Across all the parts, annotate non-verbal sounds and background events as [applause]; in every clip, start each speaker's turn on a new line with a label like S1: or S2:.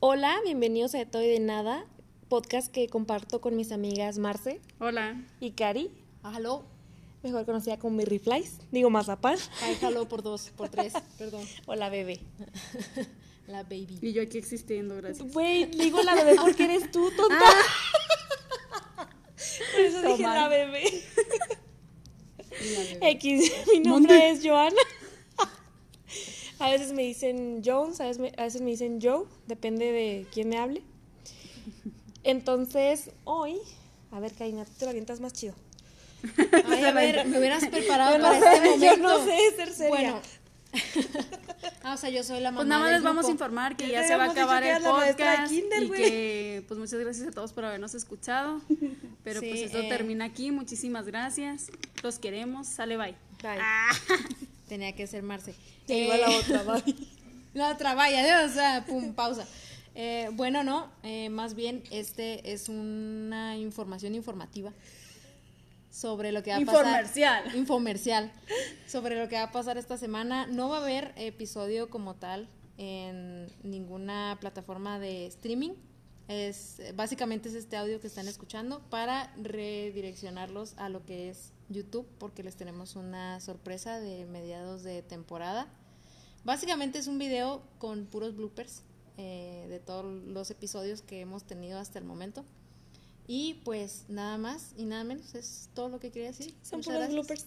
S1: Hola, bienvenidos a De Todo y de Nada, podcast que comparto con mis amigas Marce
S2: Hola.
S1: y Cari,
S3: Ajalo,
S1: mejor conocida como Mirri Flies, digo Mazapán.
S3: ay, jalo por dos, por tres, perdón.
S1: Hola, bebé.
S2: [laughs]
S3: La baby.
S2: Y yo aquí existiendo, gracias.
S1: Güey, digo la bebé porque eres tú, tonta. Por eso dije
S3: Tomar.
S1: la bebé.
S3: y la bebé.
S1: X, [laughs] mi nombre es Joana. A veces me dicen Jones, a veces me, a veces me dicen Joe, depende de quién me hable. Entonces, hoy, a ver, Karina, tú te lo avientas más chido.
S3: Ay, a ver, me hubieras preparado
S1: Yo no
S3: para
S1: sé,
S3: este
S1: yo
S3: momento.
S1: no sé ser seria.
S3: Bueno. Ah, o sea, yo soy la mamá.
S2: Pues nada más
S3: del
S2: les vamos a
S3: grupo.
S2: informar que
S1: Ya
S2: ya
S1: te
S2: se va a
S1: habíamos dicho
S2: acabar
S1: que
S2: el
S1: eras la maestra de
S2: podcast
S1: kinder,
S2: y
S1: güey.
S2: que pues muchas gracias a todos por habernos escuchado. Pero
S3: Sí,
S2: pues esto
S3: eh.
S2: termina aquí. Muchísimas gracias. Los queremos. Sale bye.
S1: Bye.
S3: Tenía que ser Marce.
S1: Te
S3: Eh,
S1: digo la otra, bye.
S3: La otra, vaya, Dios, o sea, pum, pausa. Eh, bueno, no, eh, más bien este es una información informativa sobre lo que va a
S2: Infomercial.
S3: pasar. [laughs] Infomercial. Sobre lo que va a pasar esta semana. No va a haber episodio como tal en ninguna plataforma de streaming. Es, básicamente es este audio que están escuchando para redireccionarlos a lo que es YouTube porque les tenemos una sorpresa de mediados de temporada. Básicamente es un video con puros bloopers eh, de todos los episodios que hemos tenido hasta el momento. Y pues nada más y nada menos, es todo lo que quería decir.
S1: Son puros
S3: Muchas gracias.
S1: bloopers.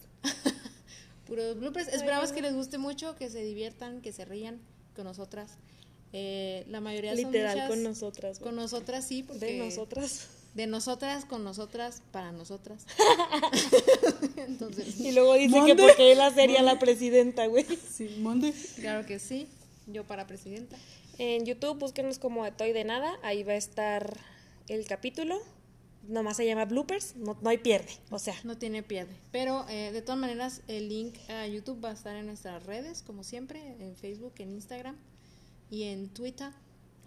S3: Puros bloopers. Esperamos que les guste mucho, que se diviertan, que se rían con nosotras. Eh, la mayoría
S1: Literal,
S3: son muchas-
S1: con nosotras, güey.
S3: Con nosotras sí, porque
S1: De nosotras.
S3: de nosotras, con nosotras,
S1: [laughs]
S3: para nosotras. Entonces,
S1: Y luego dice que porque él sería la presidenta, güey.
S2: Sí, mande.
S3: claro que sí, yo para presidenta.
S1: En YouTube, búsquenos como de Toy de Nada. Ahí va a estar el capítulo. Nomás se llama Bloopers. No, no hay pierde. O sea,
S3: No tiene pierde. Pero eh, de todas maneras, el link a YouTube va a estar en nuestras redes, como siempre, en Facebook, en Instagram y en Twitter.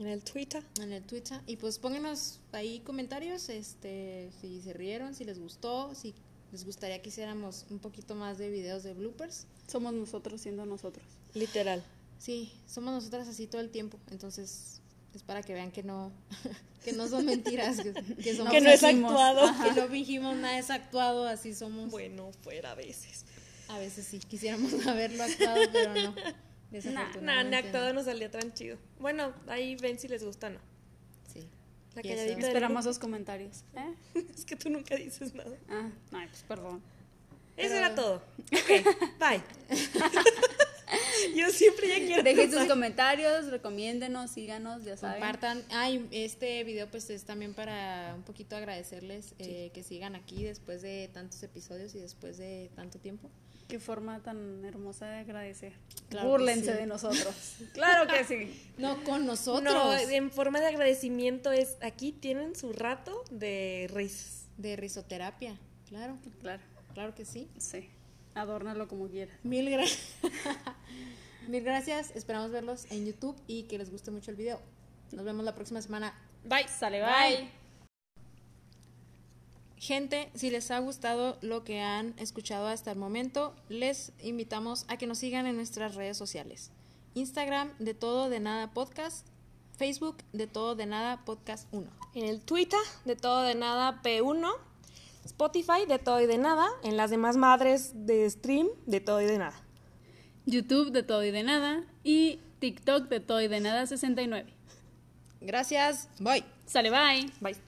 S1: en el Twitter.
S3: En el Twitter. Y pues pónganos ahí comentarios, este, si se rieron, si les gustó, si les gustaría que hiciéramos un poquito más de videos de bloopers.
S2: Somos nosotros siendo nosotros.
S1: Literal.
S3: Sí, somos nosotras así todo el tiempo. Entonces, es para que vean que no, [laughs] que no son mentiras, que, que somos
S1: que no es
S3: así,
S1: actuado.
S3: que no fingimos nada, es actuado, así somos.
S1: Bueno, fuera a veces.
S3: A veces sí, quisiéramos [laughs] haberlo actuado, pero no.
S1: No,
S3: Desafortunadamente.
S1: ni actuado
S3: no.
S1: no salía tan chido. Bueno, ahí ven si les gusta o no. [laughs]
S3: Sí.
S1: La
S3: Y eso.
S1: calladita. del
S2: Esperamos sus comentarios. ¿Eh?
S1: grupo. Es que tú nunca dices nada.
S2: Ah, ay, pues perdón.
S1: Eso
S3: Pero-
S1: era todo. [laughs] Ok, bye. Yo siempre ya quiero.
S2: Dejen sus comentarios, recomiéndenos, síganos, ya saben.
S3: Compartan. Ay, este video pues es también para un poquito agradecerles eh, que sigan aquí después de tantos episodios y después de tanto tiempo.
S2: Qué forma tan hermosa de agradecer.
S3: Claro que
S2: Búrlense
S3: sí.
S2: de nosotros. claro que sí.
S3: No con nosotros.
S1: No, eh, en forma de agradecimiento es aquí tienen su rato de risas.
S3: De risoterapia. Claro,
S2: Claro,
S3: claro que sí.
S2: sí. Adórnalo como quieras.
S3: Mil gracias. [laughs] Mil gracias. Esperamos verlos en YouTube y que les guste mucho el video. Nos vemos la próxima semana.
S2: Bye. Sale,
S3: Bye. Gente, si les ha gustado lo que han escuchado hasta el momento, les invitamos a que nos sigan en nuestras redes sociales. Instagram de todo de nada podcast, Facebook de todo de nada podcast 1.
S1: En el Twitter, de todo de nada P1. Spotify, de todo y de nada. En las demás madres de stream, de todo y de nada.
S2: YouTube de todo y de nada y TikTok de todo y de nada 69.
S3: Gracias, bye.
S2: Sale, bye.
S1: Bye.